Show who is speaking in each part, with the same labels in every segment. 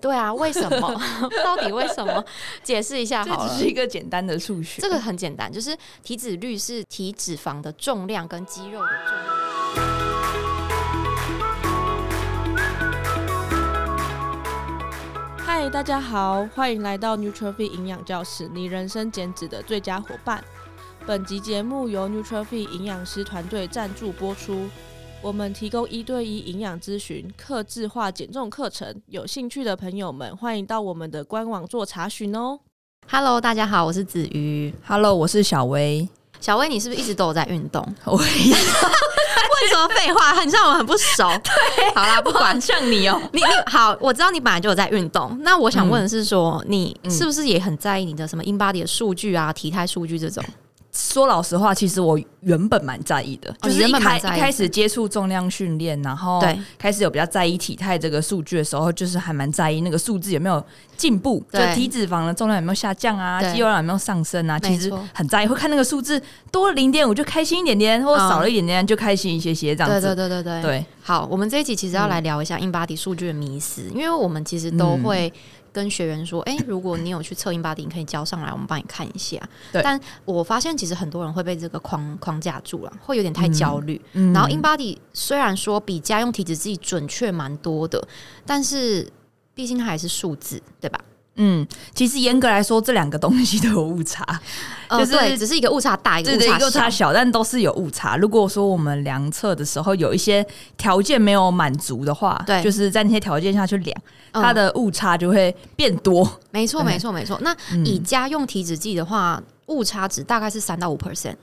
Speaker 1: 对啊，为什 么？到底为什么？解释一下
Speaker 2: 这
Speaker 1: 好了
Speaker 2: 只。是一个简单的数学。
Speaker 1: 这个很简单，就是体脂率是体脂肪的重量跟肌肉的重量。
Speaker 3: 嗨，大家好，欢迎来到 Nutrify 营养教室，你人生减脂的最佳伙伴。本集节目由 Nutrify 营养师团队赞助播出。我们提供一对一营养咨询、客制化减重课程，有兴趣的朋友们欢迎到我们的官网做查询哦。
Speaker 1: Hello，大家好，我是子瑜。
Speaker 2: Hello，我是小薇。
Speaker 1: 小薇，你是不是一直都有在运动？
Speaker 2: 我
Speaker 1: 问什么废话？很像我很不 熟。 好啦，不管
Speaker 2: 像你哦、
Speaker 1: 你你好，我知道你本来就有在运动。那我想问的是说，你
Speaker 2: 嗯
Speaker 1: 是不是也很在意你的什么 in body 的数据啊、体态数据这种？
Speaker 2: 说老实话，其实我原本蛮在意的，
Speaker 1: 哦
Speaker 2: 就
Speaker 1: 你
Speaker 2: 是
Speaker 1: 原
Speaker 2: 一
Speaker 1: 本蛮
Speaker 2: 开
Speaker 1: 在意的
Speaker 2: 一开始接触重量训练，然后
Speaker 1: 对
Speaker 2: 开始有比较在意体态这个数据的时候，就是还蛮在意那个数字有没有进步，就
Speaker 1: 对
Speaker 2: 是体脂肪的重量有没有下降啊，
Speaker 1: 对
Speaker 2: 肌肉量有没有上升啊，
Speaker 1: 没
Speaker 2: 其实
Speaker 1: 错
Speaker 2: 很在意，会看那个数字多零点五就开心一点点，或
Speaker 1: 嗯
Speaker 2: 少了一点点就开心一些些这样
Speaker 1: 对对
Speaker 2: 子。
Speaker 1: 对对对。
Speaker 2: 对，嗯
Speaker 1: 好，我们这一集其实要来聊一下 in body 数据的迷思，因为我们其实都会
Speaker 2: 嗯
Speaker 1: 跟学员说，哎、如果你有去测 in body，你可以交上来，我们帮你看一下。
Speaker 2: 对
Speaker 1: 但我发现其实很多人会被这个框框架住了，会有点太焦虑。
Speaker 2: 嗯
Speaker 1: 然后 in body 虽然说比家用体脂计准确蛮多的，但是毕竟它还是数字，对吧？
Speaker 2: 嗯，其实严格来说，这两个东西都有误差，
Speaker 1: 呃，
Speaker 2: 就是
Speaker 1: 对，只是一个误差大，一个
Speaker 2: 对对，一个
Speaker 1: 误
Speaker 2: 误差
Speaker 1: 差小。
Speaker 2: 小，但都是有误差。如果说我们量测的时候有一些条件没有满足的话，
Speaker 1: 对
Speaker 2: 就是在那些条件下去量，
Speaker 1: 嗯
Speaker 2: 它的误差就会变多。
Speaker 1: 没错，
Speaker 2: 对
Speaker 1: 没错，没错。那
Speaker 2: 嗯
Speaker 1: 以家用体脂计的话，误差值大概是三到五 percent。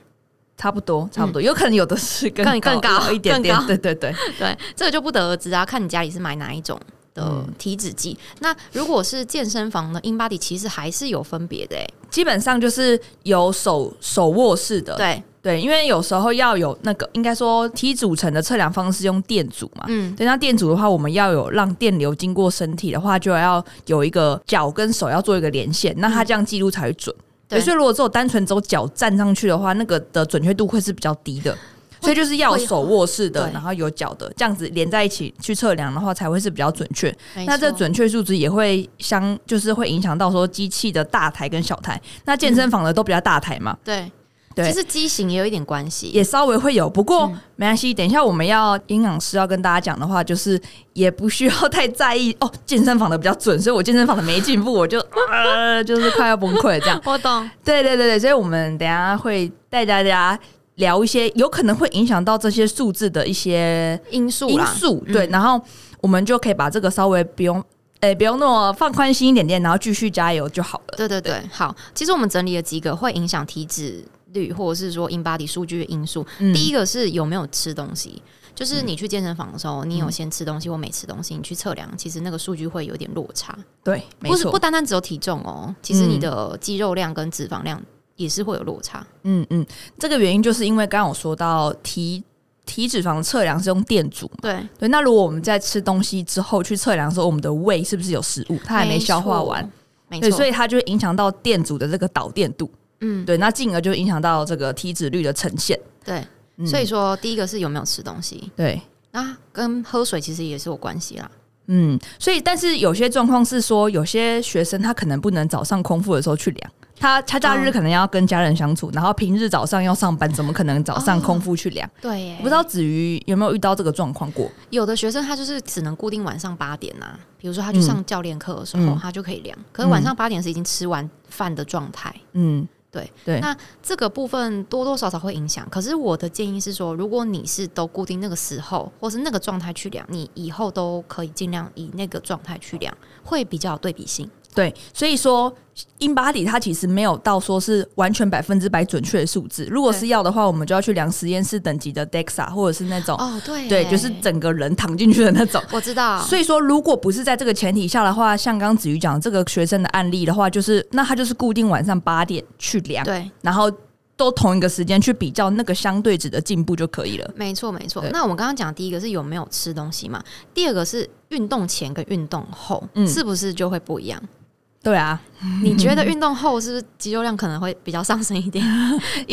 Speaker 2: 差不多，差不多，有可能有的是更
Speaker 1: 嗯更更高
Speaker 2: 一点点
Speaker 1: 更，高
Speaker 2: 对对对，
Speaker 1: 对，这个就不得而知啊，看你家里是买哪一种的
Speaker 2: 嗯
Speaker 1: 体脂计。那如果是健身房的 In Body，其实还是有分别的、欸，
Speaker 2: 基本上就是有手手握式的，
Speaker 1: 对，
Speaker 2: 对，因为有时候要有那个，应该说体组成的测量方式用电阻嘛，
Speaker 1: 嗯，
Speaker 2: 对，那电阻的话，我们要有让电流经过身体的话，就要有一个脚跟手要做一个连线，那它这样记录才会准。
Speaker 1: 嗯对
Speaker 2: 所以如果只有单纯走脚站上去的话，那个的准确度会是比较低的。所以就是要有手握式的，
Speaker 1: 对
Speaker 2: 然后有脚的，这样子连在一起去测量的话，才会是比较准确。
Speaker 1: 没
Speaker 2: 那这
Speaker 1: 错
Speaker 2: 准确数值也会相，就是会影响到说机器的大台跟小台。那健
Speaker 1: 嗯
Speaker 2: 身房的都比较大台嘛，
Speaker 1: 对。
Speaker 2: 对
Speaker 1: 其实畸形也有一点关系，
Speaker 2: 也稍微会有，不过、
Speaker 1: 嗯
Speaker 2: 没关系。等一下我们要营养师要跟大家讲的话，就是也不需要太在意 哦。健身房的比较准，所以我健身房的没进步，我就呃就是快要崩溃这样。
Speaker 1: 我懂。
Speaker 2: 对对对对，所以我们等一下会带大家聊一些有可能会影响到这些数字的一些
Speaker 1: 因素
Speaker 2: 因
Speaker 1: 啦，
Speaker 2: 素，啊对，
Speaker 1: 嗯
Speaker 2: 然后我们就可以把这个稍微不用。哎、不用那么放宽心一点点，然后继续加油就好了。
Speaker 1: 对对对，好。其实我们整理了几个会影响体脂率或者是说 in body 数据的因素。
Speaker 2: 嗯
Speaker 1: 第一个是有没有吃东西，就是你去健身房的时候，你
Speaker 2: 嗯
Speaker 1: 有先吃东西或没吃东西，你去测量，其实那个数据会有点落差。
Speaker 2: 对，没
Speaker 1: 不是不
Speaker 2: 错，
Speaker 1: 单单只有体重哦，其实你的肌肉量跟脂肪量也是会有落差。
Speaker 2: 嗯嗯，这个原因就是因为刚刚我说到体体脂肪测量是用电阻嘛
Speaker 1: 对，
Speaker 2: 对，那如果我们在吃东西之后去测量说我们的胃是不是有食物，它还没消化完，
Speaker 1: 没错，
Speaker 2: 对，
Speaker 1: 没错，
Speaker 2: 所以它就会影响到电阻的这个导电度，
Speaker 1: 嗯，
Speaker 2: 对，那进而就影响到这个体脂率的呈现。
Speaker 1: 对，
Speaker 2: 嗯
Speaker 1: 所以说第一个是有没有吃东西，
Speaker 2: 对，
Speaker 1: 那跟喝水其实也是有关系啦。
Speaker 2: 嗯，所以但是有些状况是说，有些学生他可能不能早上空腹的时候去量。他他假日
Speaker 1: 嗯
Speaker 2: 可能要跟家人相处，然后平日早上要上班，怎么可能早上空腹去量？
Speaker 1: 对耶
Speaker 2: 我不知道子瑜有没有遇到这个状况过？
Speaker 1: 有的学生他就是只能固定晚上八点呐、啊比如说他去上教练课的时候，
Speaker 2: 嗯
Speaker 1: 他就可以量，可是晚上八点是已经吃完饭的状态。
Speaker 2: 嗯，
Speaker 1: 对
Speaker 2: 对，
Speaker 1: 那这个部分多多少少会影响，可是我的建议是说，如果你是都固定那个时候或是那个状态去量，你以后都可以尽量以那个状态去量，会比较有对比性。
Speaker 2: 对，所以说 in body 它其实没有到说是完全百分之百准确的数字。如果是要的话，我们就要去量实验室等级的 DEXA 或者是那种、
Speaker 1: 哦，对耶，
Speaker 2: 对，就是整个人躺进去的那种。
Speaker 1: 我知道，
Speaker 2: 所以说，如果不是在这个前提下的话，像刚刚子瑜讲这个学生的案例的话，就是那他就是固定晚上八点去量，
Speaker 1: 对，
Speaker 2: 然后都同一个时间去比较那个相对值的进步就可以了。
Speaker 1: 没错没错。
Speaker 2: 对
Speaker 1: 那我们刚刚讲第一个是有没有吃东西嘛，第二个是运动前跟运动后、
Speaker 2: 嗯
Speaker 1: 是不是就会不一样？
Speaker 2: 对啊，
Speaker 1: 你觉得运动后是不是肌肉量可能会比较上升一 点？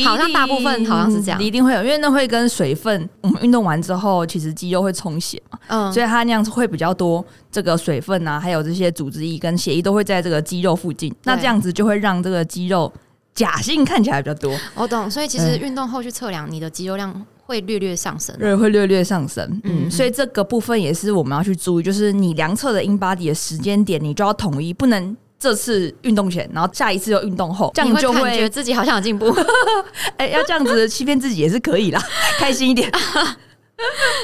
Speaker 1: 好像大部分好像是这样
Speaker 2: 一定会有，因为那会跟水分，我们运动完之后，其实肌肉会充血嘛，
Speaker 1: 嗯，
Speaker 2: 所以它那样子会比较多这个水分啊，还有这些组织液跟血液都会在这个肌肉附近，那这样子就会让这个肌肉假性看起来比较多，
Speaker 1: 我懂。所以其
Speaker 2: 嗯
Speaker 1: 实运动后去测量你的肌肉量会略略上升。
Speaker 2: 对，会略略上升。嗯，
Speaker 1: 嗯
Speaker 2: 所以这个部分也是我们要去注意，就是你量测的 in body 的时间点，你就要统一，不能。这次运动前，然后下一次又运动后，这样
Speaker 1: 你
Speaker 2: 就
Speaker 1: 感觉
Speaker 2: 会
Speaker 1: 自己好像有进步，
Speaker 2: 哎、要这样子欺骗自己也是可以啦， 开心一点。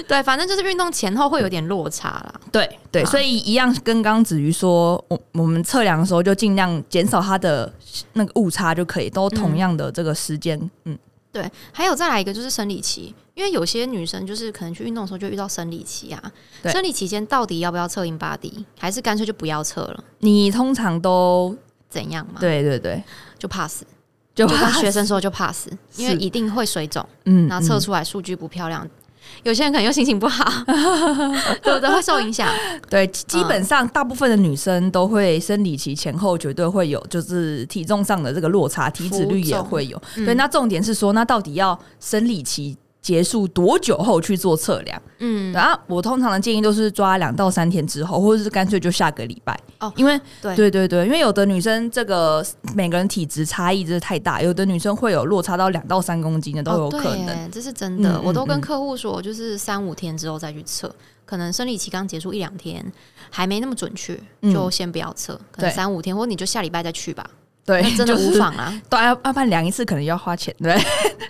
Speaker 1: 对，反正就是运动前后会有点落差啦。
Speaker 2: 对对，
Speaker 1: 好
Speaker 2: 所以一样跟刚刚子瑜说，我我们测量的时候就尽量减少它的那个误差就可以，都同样的这个时间，嗯，
Speaker 1: 对，还有再来一个就是生理期，因为有些女生就是可能去运动的时候就遇到生理期啊，
Speaker 2: 对
Speaker 1: 生理期间到底要不要测 in body，还是干脆就不要测了，
Speaker 2: 你通常都
Speaker 1: 怎样嘛？，
Speaker 2: 对对对，
Speaker 1: 就 pass，
Speaker 2: 就
Speaker 1: 就跟
Speaker 2: 怕
Speaker 1: 学生说就 pass，因为
Speaker 2: 是
Speaker 1: 一定会水肿，
Speaker 2: 嗯
Speaker 1: 然后测出来数据不漂亮。有些人可能又心情不好， 对不对？会受影响。
Speaker 2: 嗯对，基基本上大部分的女生都会生理期前后绝对会有，就是体重上的这个落差，体脂率也会有。
Speaker 1: 嗯
Speaker 2: 对，那重点是说，那到底要生理期结束多久后去做测量？
Speaker 1: 嗯，
Speaker 2: 然后我通常的建议都是抓两到三天之后，或者是干脆就下个礼拜
Speaker 1: 哦
Speaker 2: 因为
Speaker 1: 对
Speaker 2: 对对对，因为有的女生这个每个人体质差异真的太大，有的女生会有落差到两到三公斤的都有
Speaker 1: 哦对
Speaker 2: 可能。
Speaker 1: 耶这是真的。
Speaker 2: 嗯
Speaker 1: 我都
Speaker 2: 嗯
Speaker 1: 跟
Speaker 2: 嗯
Speaker 1: 客户说，就是三五天之后再去测，可能生理期刚结束一两天，还没那么准确，
Speaker 2: 嗯
Speaker 1: 就先不要测，可能
Speaker 2: 对
Speaker 1: 三五天，或者你就下礼拜再去吧，
Speaker 2: 对，
Speaker 1: 那真的
Speaker 2: 就是
Speaker 1: 无妨 啊。
Speaker 2: 对，要要不然量一次可能要花钱，对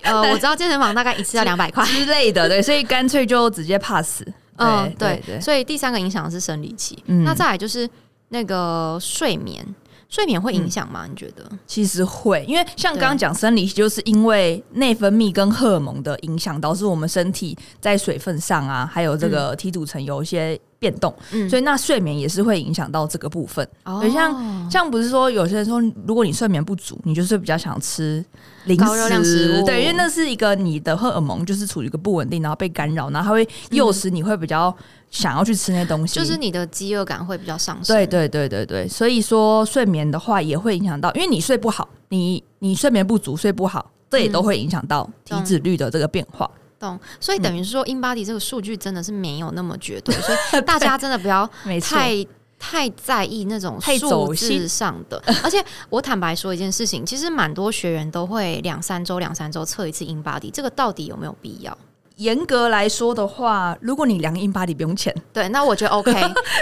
Speaker 1: 呃，我知道健身房大概一次要两百块。
Speaker 2: 之类的，对，所以干脆就直接 pass 对。
Speaker 1: 嗯，
Speaker 2: 对
Speaker 1: 对
Speaker 2: 对，
Speaker 1: 所以第三个影响的是生理期，
Speaker 2: 嗯
Speaker 1: 那再来就是那个睡眠，睡眠会
Speaker 2: 嗯
Speaker 1: 影响吗？你觉得？
Speaker 2: 其实会，因为像刚刚讲生理期，就是因为内分泌跟荷尔蒙的影响，导致我们身体在水分上啊，还有这个体组成有一些变动，
Speaker 1: 嗯
Speaker 2: 所
Speaker 1: 以
Speaker 2: 以那睡眠也是会影响到这个部分。
Speaker 1: 哦
Speaker 2: 对像像不是说有些人说，如果你睡眠不足，你就是比较想吃零食，
Speaker 1: 高热量食物
Speaker 2: 对，因为那是一个你的荷尔蒙就是处于一个不稳定，然后被干扰，然后它会诱使你会比较想要去吃那些东
Speaker 1: 嗯
Speaker 2: 西，
Speaker 1: 就是你的饥饿感会比较上升。
Speaker 2: 对对对对对，所以说睡眠的话也会影响到，因为你睡不好，你你睡眠不足，睡不好，这也都会影响到体脂率的这个变化。
Speaker 1: 懂，所以等
Speaker 2: 嗯
Speaker 1: 于是说，in body 这个数据真的是没有那么绝对，所 以大家真的不要
Speaker 2: 没错，
Speaker 1: 太太在意那种
Speaker 2: 太走
Speaker 1: 数字
Speaker 2: 心
Speaker 1: 上 的。而且我坦白说一件事情，其实蛮多学员都会两三周、两三周测一次 in body，这个到底有没有必要？
Speaker 2: 严格来说的话，如果你量 in body 不用钱，。
Speaker 1: 对，那我 觉得 OK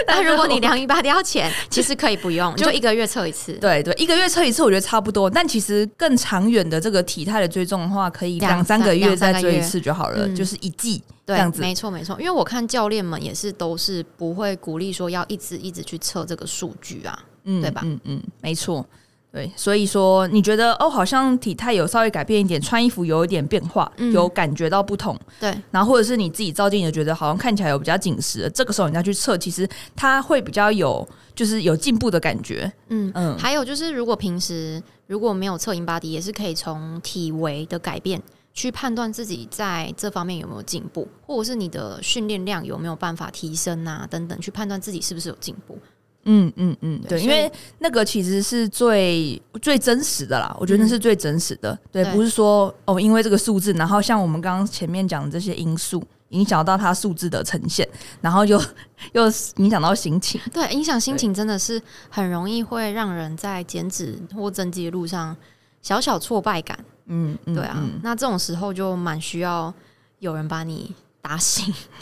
Speaker 1: 但如果你
Speaker 2: 但
Speaker 1: 量 in body 要钱，其实可以不用，你就一个月测一次。
Speaker 2: 对对，一个月测一次，我觉得差不多。但其实更长远的这个体态的追踪的话，可以
Speaker 1: 两
Speaker 2: 两三个
Speaker 1: 三
Speaker 2: 月
Speaker 1: 两三
Speaker 2: 再
Speaker 1: 个
Speaker 2: 追一
Speaker 1: 月
Speaker 2: 次就好了，
Speaker 1: 嗯
Speaker 2: 就是一季这
Speaker 1: 对
Speaker 2: 样，子。
Speaker 1: 没错没错，因为我看教练们也是都是不会鼓励说要一直一直去测这个数据啊。
Speaker 2: 嗯
Speaker 1: 对吧
Speaker 2: 嗯嗯，没错。对，所以说你觉得哦，好像体态有稍微改变一点，穿衣服有一点变化，
Speaker 1: 嗯
Speaker 2: 有感觉到不同，
Speaker 1: 对，
Speaker 2: 然后或者是你自己照镜子觉得好像看起来有比较紧实了，这个时候你再去测，其实它会比较有就是有进步的感觉。
Speaker 1: 嗯
Speaker 2: 嗯，
Speaker 1: 还有就是，如果平时如果没有测 in body，也是可以从体围的改变去判断自己在这方面有没有进步，或者是你的训练量有没有办法提升啊，等等，去判断自己是不是有进步。
Speaker 2: 嗯嗯嗯，对，
Speaker 1: 对
Speaker 2: 因
Speaker 1: 所以
Speaker 2: 为那个其实是最最真实的啦，我觉得那
Speaker 1: 嗯
Speaker 2: 是最真实的，对，
Speaker 1: 对
Speaker 2: 不是说哦，因为这个数字，然后像我们刚刚前面讲的这些因素影响到它数字的呈现，然后又 又影响到心情。
Speaker 1: 对，影响心情真的是很容易会让人在减脂或增肌的路上小小挫败感。
Speaker 2: 嗯，嗯
Speaker 1: 对啊，
Speaker 2: 嗯
Speaker 1: 那这种时候就蛮需要有人把你打醒。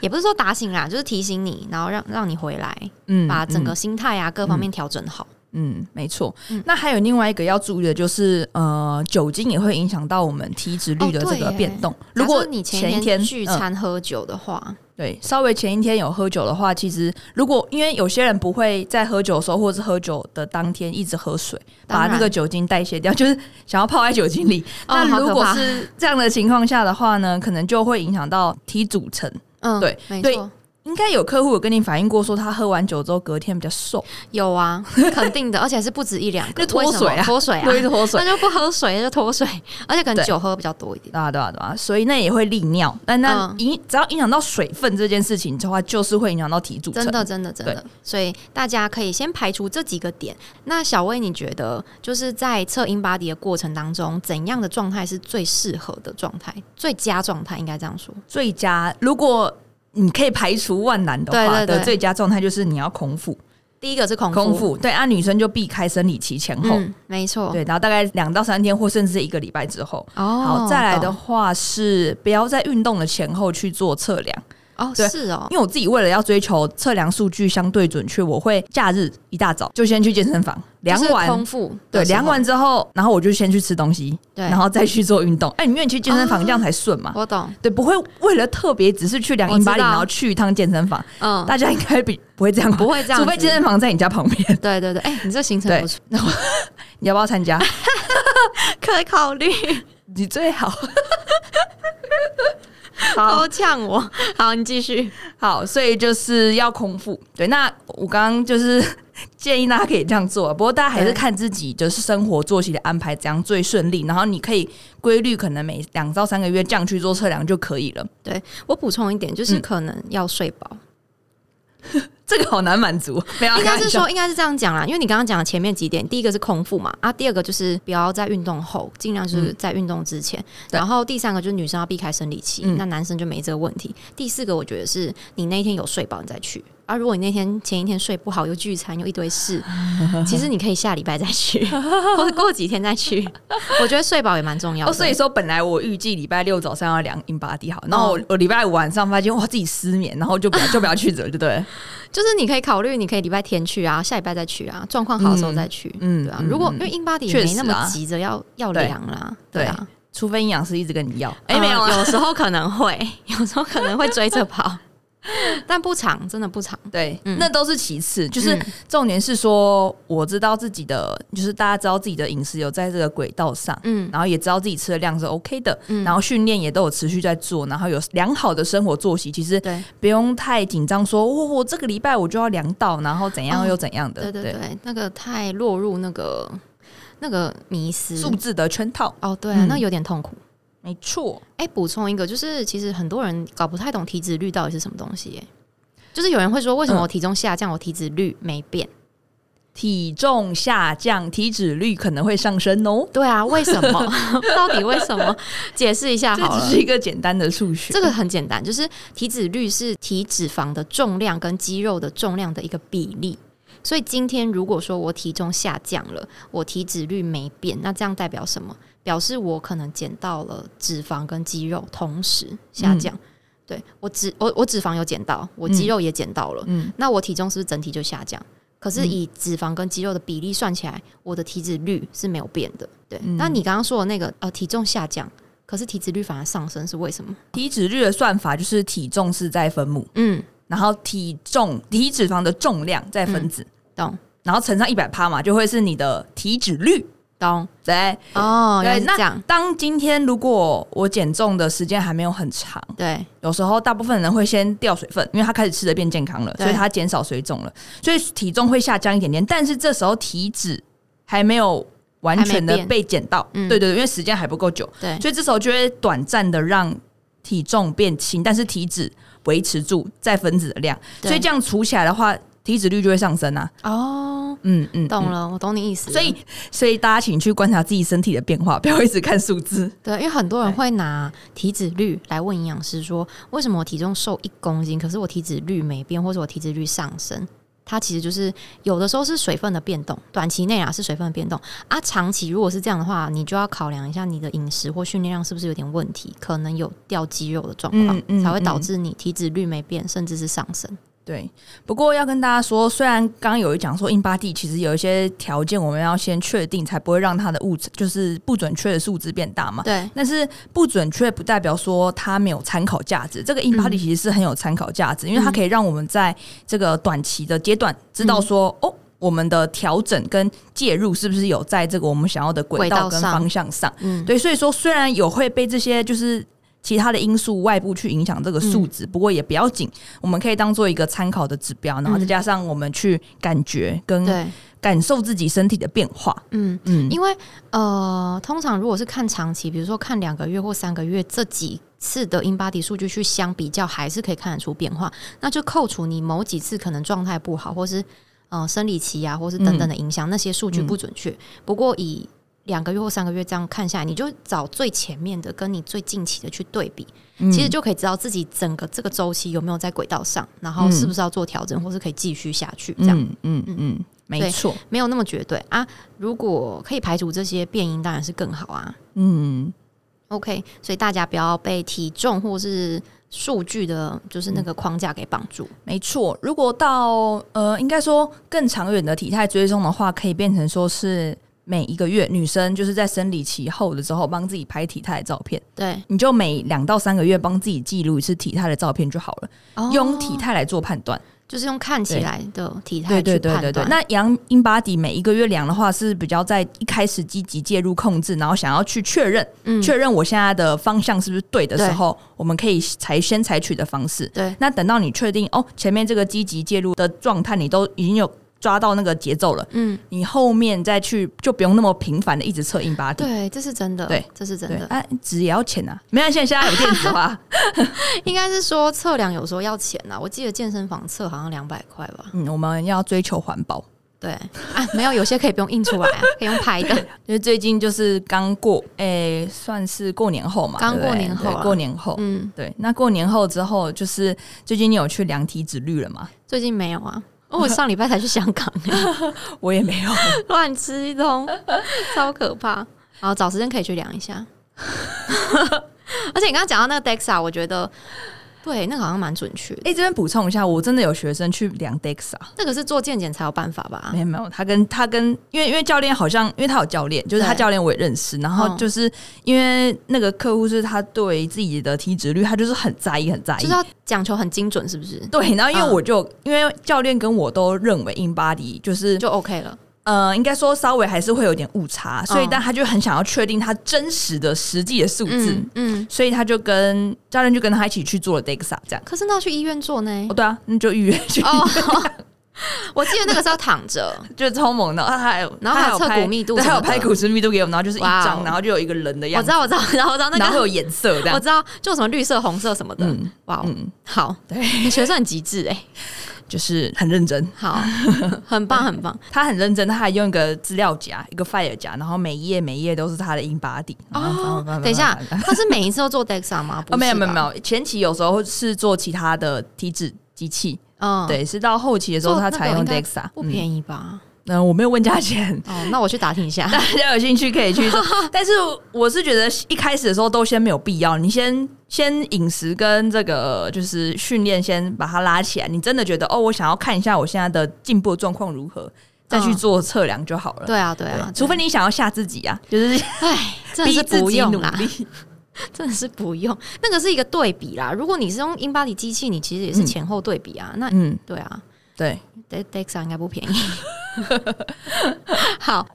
Speaker 1: 也不是说打醒啦，就是提醒你，然后让让你回来，
Speaker 2: 嗯
Speaker 1: 把整
Speaker 2: 嗯
Speaker 1: 个心态啊、各方面调整好。
Speaker 2: 嗯没错。
Speaker 1: 嗯
Speaker 2: 那还有另外一个要注意的就是，呃，酒精也会影响到我们体脂率的
Speaker 1: 哦
Speaker 2: 这
Speaker 1: 对
Speaker 2: 个
Speaker 1: 耶
Speaker 2: 变动。
Speaker 1: 假
Speaker 2: 如果
Speaker 1: 设你前
Speaker 2: 前一天
Speaker 1: 聚
Speaker 2: 嗯
Speaker 1: 餐喝酒的话，
Speaker 2: 对，稍微前一天有喝酒的话，其实如果因为有些人不会在喝酒的时候，或者是喝酒的当天一直喝水，
Speaker 1: 当
Speaker 2: 把
Speaker 1: 然
Speaker 2: 那个酒精代谢掉， 就是想要泡在 酒精里。
Speaker 1: 哦
Speaker 2: 那
Speaker 1: 好
Speaker 2: 如
Speaker 1: 可
Speaker 2: 果
Speaker 1: 怕
Speaker 2: 是这样的情况下的话呢，可能就会影响到体组成。
Speaker 1: 嗯，
Speaker 2: 对
Speaker 1: 没
Speaker 2: 对
Speaker 1: 错，
Speaker 2: 应该有客户有跟你反映过，说他喝完酒之后隔天比较瘦，
Speaker 1: 有 啊，肯定的，而且是不止一两个，
Speaker 2: 就 脱
Speaker 1: 为什么
Speaker 2: 水啊
Speaker 1: 脱水啊，
Speaker 2: 一直喝
Speaker 1: 那就不喝水就脱水，而且可
Speaker 2: 对
Speaker 1: 能酒喝比较多一点。
Speaker 2: 对啊，对啊，对啊，所以那也会利尿。但那
Speaker 1: 嗯
Speaker 2: 影、只要影响到水分这件事情的话，就是会影响到体组成。
Speaker 1: 真的，真的，真的。所以大家可以先排除这几个点。那小薇，你觉得就是在测 in body 的过程当中，怎样的状态是最适合的状态，最佳状态应该这样说？
Speaker 2: 最佳如果你可以排除万难的话
Speaker 1: 对对对
Speaker 2: 的最佳状态就是你要空腹，
Speaker 1: 第一个是空腹，
Speaker 2: 空腹对啊，女生就避开生理期前后，
Speaker 1: 嗯，没错。
Speaker 2: 对，然后大概两到三天或甚至是一个礼拜之后。
Speaker 1: 哦，
Speaker 2: 好，再来的
Speaker 1: 懂
Speaker 2: 话是不要在运动的前后去做测量，
Speaker 1: 哦，
Speaker 2: 对
Speaker 1: 是哦，
Speaker 2: 因为我自己为了要追求测量数据相对准确，我会假日一大早就先去健身房量
Speaker 1: 就是
Speaker 2: 完
Speaker 1: 空腹，
Speaker 2: 对，量完，之后，然后我就先去吃东西，
Speaker 1: 对，
Speaker 2: 然后再去做运动。哎，你因为你去健身房
Speaker 1: 哦
Speaker 2: 这样才顺嘛？
Speaker 1: 我懂，
Speaker 2: 对，不会为了特别只是去量
Speaker 1: 我
Speaker 2: 英
Speaker 1: 知
Speaker 2: 巴里，
Speaker 1: 道
Speaker 2: 然后去一趟健身房，
Speaker 1: 嗯，
Speaker 2: 大家应该比不会这样吧，
Speaker 1: 不会这样子，
Speaker 2: 除非健身房在你家旁边，
Speaker 1: 对对对，哎、你这行程
Speaker 2: 对
Speaker 1: 不错，
Speaker 2: 你要不要参加？
Speaker 1: 可以考虑。
Speaker 2: 你最好。
Speaker 1: 都呛我，好，你继续。
Speaker 2: 好，所以就是要空腹。对，那我刚刚就是 建议大家可以这样做，不过大家还是
Speaker 1: 对
Speaker 2: 看自己就是生活作息的安排怎样最顺利，然后你可以规律，可能每两到三个月这样去做测量就可以了。
Speaker 1: 我补充一点，就是
Speaker 2: 嗯
Speaker 1: 可能要睡饱，
Speaker 2: 这个好难满足，没有啊
Speaker 1: 应该
Speaker 2: 开
Speaker 1: 是
Speaker 2: 玩笑
Speaker 1: 说，应该是这样讲啦，因为你刚刚讲的前面几点，第一个是空腹嘛，啊，第二个就是不要在运动后，尽量就是在运动之前，
Speaker 2: 嗯对
Speaker 1: 然后第三个就是女生要避开生理期，
Speaker 2: 嗯
Speaker 1: 那男生就没这个问题。第四个我觉得是你那一天有睡饱，你再去。啊，如果你那天前一天睡不好，又聚餐又一堆 事，其实你可以下礼拜再去， 或者过几天再去。我觉得睡饱也蛮重要的。
Speaker 2: 哦，所以说本来我预计礼拜六早上要量 in body
Speaker 1: 哦
Speaker 2: 好，然后我我礼拜五晚上发现哇自己失眠，然后就不要就不要去了，对不对？
Speaker 1: 就是你可以考虑，你可以礼拜天去啊，下礼拜再去啊，状况好的时候再去，
Speaker 2: 嗯
Speaker 1: 嗯，对啊。
Speaker 2: 嗯
Speaker 1: 如果
Speaker 2: 嗯
Speaker 1: 因为英巴迪也
Speaker 2: 确
Speaker 1: 没
Speaker 2: 实
Speaker 1: 那
Speaker 2: 啊
Speaker 1: 么急着要要
Speaker 2: 对
Speaker 1: 量啦，
Speaker 2: 对
Speaker 1: 对啊。
Speaker 2: 除非营养师一直跟你要，哎、没有
Speaker 1: 呃
Speaker 2: 啊，
Speaker 1: 有时候可能会，有时候可能会追着 跑，但不长，真的不长。
Speaker 2: 对，
Speaker 1: 嗯
Speaker 2: 那都是其次，就是
Speaker 1: 嗯
Speaker 2: 重点是说我知道自己的，就是大家知道自己的饮食有在这个轨道上。
Speaker 1: 嗯
Speaker 2: 然后也知道自己吃的量是 OK 的，
Speaker 1: 嗯
Speaker 2: 然后训练也都有持续在做，然后有良好的生活作息，其实
Speaker 1: 对
Speaker 2: 不用太紧张说，哦、我这个礼拜我就要量到，然后怎样
Speaker 1: 哦
Speaker 2: 又怎样的，
Speaker 1: 对对对，那个太落入那个那个迷思。
Speaker 2: 数字的圈套，
Speaker 1: 哦，对啊，
Speaker 2: 嗯
Speaker 1: 那有点痛苦。
Speaker 2: 没错。
Speaker 1: 哎，补充一个，就是其实很多人搞不太懂体脂率到底是什么东西。哎，就是有人会说，为什
Speaker 2: 嗯
Speaker 1: 么我体重下降，我体脂率没变？
Speaker 2: 体重下降，体脂率可能会上升哦。
Speaker 1: 对啊，为什 么？到底为什么？解释一下
Speaker 2: 这
Speaker 1: 好
Speaker 2: 只
Speaker 1: 了
Speaker 2: 是。一个简单的数学，
Speaker 1: 这个很简单，就是体脂率是体脂肪的重量跟肌肉的重量的一个比例。所以今天如果说我体重下降了，我体脂率没变，那这样代表什么？表示我可能减到了脂肪跟肌肉同时下降。
Speaker 2: 嗯
Speaker 1: 对我脂我我脂肪有减到，我肌肉也减到了，
Speaker 2: 嗯，
Speaker 1: 那我体重是不是整体就下降？可是
Speaker 2: 嗯
Speaker 1: 以脂肪跟肌肉的比例算起来，我的体脂率是没有变的。对，
Speaker 2: 嗯
Speaker 1: 那你刚刚说的那个呃体重下降，可是体脂率反而上升，是为什么？
Speaker 2: 体脂率的算法就是体重是在分母，
Speaker 1: 嗯，
Speaker 2: 然后体重体脂肪的重量在分
Speaker 1: 嗯
Speaker 2: 子，
Speaker 1: 懂
Speaker 2: 然后乘上一百趴嘛，就会是你的体脂率。
Speaker 1: 懂
Speaker 2: 对，
Speaker 1: 哦，原来
Speaker 2: 对，
Speaker 1: 是
Speaker 2: 那
Speaker 1: 这样，
Speaker 2: 当今天如果我减重的时间还没有很长，
Speaker 1: 对
Speaker 2: 有时候大部分人会先掉水分，因为他开始吃的变健康了，
Speaker 1: 对
Speaker 2: 所以他减少水肿了，所以体重会下降一点点。但是这时候体脂还没有完全
Speaker 1: 还没
Speaker 2: 的
Speaker 1: 变
Speaker 2: 被减到，
Speaker 1: 嗯
Speaker 2: 对对，对因为时间还不够久，
Speaker 1: 对，
Speaker 2: 所以这时候就会短暂的让体重变轻，但是体脂维持住在分子的量，
Speaker 1: 对
Speaker 2: 所以这样除起来的话，体脂率就会上升啊。
Speaker 1: 哦，
Speaker 2: 嗯嗯，
Speaker 1: 懂
Speaker 2: 嗯。
Speaker 1: 了，我懂你意思了。
Speaker 2: 所以，所以大家请去观察自己身体的变化，不要一直看 数字。
Speaker 1: 对，因为很多人会拿体脂率来问营养师说，为什么我体重瘦一公斤，可是我体脂率没变，或者我体脂率上升？它其实就是有的时候是水分的变动，短期内啊是水分的变动啊，长期如果是这样的话，你就要考量一下你的饮食或训练量是不是有点问题，可能有掉肌肉的状况，
Speaker 2: 嗯嗯
Speaker 1: 才会导
Speaker 2: 嗯
Speaker 1: 致你体脂率没变，甚至是上升。
Speaker 2: 对，不过要跟大家说，虽然刚刚有一讲说 in body 其实有一些条件我们要先确定，才不会让它的误就是不准确的数字变大嘛。
Speaker 1: 对，
Speaker 2: 但是不准确不代表说它没有参考价值。这个 in body
Speaker 1: 嗯
Speaker 2: 其实是很有参考价值，因为它可以让我们在这个短期的阶段知道说，
Speaker 1: 嗯
Speaker 2: 哦，我们的调整跟介入是不是有在这个我们想要的轨
Speaker 1: 轨
Speaker 2: 道
Speaker 1: 道
Speaker 2: 跟
Speaker 1: 上
Speaker 2: 方向上。
Speaker 1: 嗯，
Speaker 2: 对，所以说虽然有会被这些就是其他的因素外部去影响这个
Speaker 1: 嗯
Speaker 2: 数值，不过也不要紧，我们可以当做一个参考的指标，然后再加上我们去感觉跟
Speaker 1: 嗯对，
Speaker 2: 感受自己身体的变化。
Speaker 1: 嗯。
Speaker 2: 嗯，
Speaker 1: 因为呃，通常如果是看长期，比如说看两个月或三个月这几次的 in body 数据去相比较，还是可以看得出变化。那就扣除你某几次可能状态不好，或是呃生理期啊，或是等等的影响，那些数据不准确。
Speaker 2: 嗯
Speaker 1: 不过以两个月或三个月这样看下来，你就找最前面的跟你最近期的去对比，
Speaker 2: 嗯
Speaker 1: 其实就可以知道自己整个这个周期有没有在轨道上，然后是不是要做调整，或是可以继续下去这样。
Speaker 2: 嗯嗯嗯，没
Speaker 1: 对
Speaker 2: 错，
Speaker 1: 没有那么绝对啊。如果可以排除这些变因，当然是更好啊。
Speaker 2: 嗯
Speaker 1: OK，所以大家不要被体重或是数据的，就是那个框架给绑住。
Speaker 2: 没错。如果到呃，应该说更长远的体态追踪的话，可以变成说是。每一个月，女生就是在生理期后的时候帮自己拍体态的照片，
Speaker 1: 对，
Speaker 2: 你就每两到三个月帮自己记录一次体态的照片就好了，用体
Speaker 1: 态
Speaker 2: 态来做判断。
Speaker 1: 就是用看起来的体态
Speaker 2: 对
Speaker 1: 去
Speaker 2: 对对
Speaker 1: 判断。
Speaker 2: 对对。那量 in body 每一个月量的话，是比较在一开始积极介入控制，然后想要去确认、
Speaker 1: 嗯
Speaker 2: 确认我现在的方向是不是对的时
Speaker 1: 对
Speaker 2: 候，我们可以才先采取的方式。
Speaker 1: 对
Speaker 2: 那等到你确定哦，前面这个积极介入的状态，你都已经有抓到那个节奏了，
Speaker 1: 嗯，
Speaker 2: 你后面再去就不用那么频繁的一直测 in body。
Speaker 1: 对，这是真的，
Speaker 2: 对，
Speaker 1: 这是真
Speaker 2: 对，
Speaker 1: 的。
Speaker 2: 啊，纸也要钱啊，没关系，现在还有电子 啊化。
Speaker 1: 应该是说测量有时候要钱呐、我记得健身房测好像两百块吧。
Speaker 2: 嗯，我们要追求环保。
Speaker 1: 对啊，没有，有些可以不用印出来啊，可以用 拍的。
Speaker 2: 因为最近就是刚过，诶、算是过年后嘛，
Speaker 1: 刚
Speaker 2: 对不对
Speaker 1: 过年后啊
Speaker 2: 对过年后，
Speaker 1: 嗯，
Speaker 2: 对。那过年后之后，就是最近你有去量体脂率了吗？
Speaker 1: 最近没有啊。哦，我上礼拜才去香港、
Speaker 2: 我也没有，
Speaker 1: 乱吃一通，超可怕。然后找时间可以去量一下。 而且你刚刚讲到那个 DEXA，我觉得对那个好像蛮准确的。
Speaker 2: 诶、这边补充一下，我真的有学生去量 DEXA，、
Speaker 1: 那个是做健检才有办法吧
Speaker 2: 没？有没有，他跟他跟，因为因为教练好像，因为他有教练，就是他
Speaker 1: 对
Speaker 2: 教练我也认识，然后
Speaker 1: 嗯
Speaker 2: 就是因为那个客户是他对自己的体脂率，他就是很在意，很在
Speaker 1: 就
Speaker 2: 意
Speaker 1: 是。要讲求很精准，是不是？
Speaker 2: 对，然后因为
Speaker 1: 嗯
Speaker 2: 我就、因为教练跟我都认为 in body 就是
Speaker 1: 就 OK 了。
Speaker 2: 呃，应该说稍微还是会有点误差，所以
Speaker 1: 嗯
Speaker 2: 但他就很想要确定他真实的实际的数字，
Speaker 1: 嗯嗯。
Speaker 2: 所以他就跟教练就跟他一起去做了 DEXA 这样。
Speaker 1: 可是那要去医院做呢
Speaker 2: 哦，？对啊，那就预约去，
Speaker 1: 哦， 我记得那个是要躺着，
Speaker 2: 就超猛的。哦他还有，
Speaker 1: 然后
Speaker 2: 他
Speaker 1: 还
Speaker 2: 还
Speaker 1: 有
Speaker 2: 有
Speaker 1: 测
Speaker 2: 拍
Speaker 1: 骨密度
Speaker 2: 对，
Speaker 1: 什
Speaker 2: 还有
Speaker 1: 么的。
Speaker 2: 拍骨质密度给我们，然后就是一
Speaker 1: 哇哦
Speaker 2: 张，然后就有一个人的
Speaker 1: 我
Speaker 2: 样
Speaker 1: 知
Speaker 2: 子，
Speaker 1: 道，我知道，我知道，我知道那
Speaker 2: 然后会
Speaker 1: 个，
Speaker 2: 有颜色这
Speaker 1: 我
Speaker 2: 样。
Speaker 1: 知道，就什么绿色、红色什么的。
Speaker 2: 嗯
Speaker 1: 哇哦，
Speaker 2: 嗯，
Speaker 1: 好，
Speaker 2: 对
Speaker 1: 你学生很极致哎、
Speaker 2: 就是很认真，
Speaker 1: 好，很棒，很棒。
Speaker 2: 他很认真，他还用一个资料夹，一个 file 夹，然后每一页每一页都是他的 in body。
Speaker 1: 哦，等一
Speaker 2: 啊
Speaker 1: 下，他是每一次都做 DEXA 吗？不
Speaker 2: 哦，
Speaker 1: 是
Speaker 2: 没有没有
Speaker 1: 吧
Speaker 2: 没，有，前期有时候是做其他的体脂机器，
Speaker 1: 嗯，，
Speaker 2: 对，是到后期的时候
Speaker 1: 做
Speaker 2: 他才
Speaker 1: 那
Speaker 2: 用
Speaker 1: 个应
Speaker 2: DEXA，嗯
Speaker 1: 不
Speaker 2: 宜。
Speaker 1: 便宜吧？，
Speaker 2: 嗯、我没有问价钱
Speaker 1: 哦，那我去打听一 下。
Speaker 2: 大家有兴趣可以 去做。但是我是觉得一开始的时候都先没有必要，你先先饮食跟这个就是训练先把它拉起来。你真的觉得哦，我想要看一下我现在的进步状况如何，再去
Speaker 1: 嗯
Speaker 2: 做测量就好了。
Speaker 1: 对啊，对啊，
Speaker 2: 除非你想要吓自己啊，就是
Speaker 1: 哎，真的
Speaker 2: 逼
Speaker 1: 是
Speaker 2: 自
Speaker 1: 不
Speaker 2: 己努
Speaker 1: 用啦，
Speaker 2: 力。
Speaker 1: 真的是不用。那个是一个对比啦。如果你是用 InBody 机器，你其实也是
Speaker 2: 嗯
Speaker 1: 前后对比啊。那
Speaker 2: 嗯，
Speaker 1: 对啊
Speaker 2: 对，
Speaker 1: ，De- DEXA 应该不便宜。 好。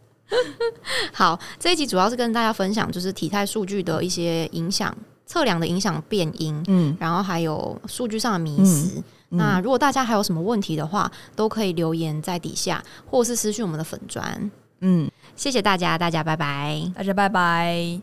Speaker 1: 好，这一集主要是跟大家分享，就是体态数据的一些影响、测量的影响变因，
Speaker 2: 嗯，
Speaker 1: 然后还有数据上的迷失。
Speaker 2: 嗯
Speaker 1: 那如果大家还有什么问题的话，都可以留言在底下，或是私讯我们的粉砖。
Speaker 2: 嗯，
Speaker 1: 谢谢大家，大家拜拜。
Speaker 2: 大家拜拜。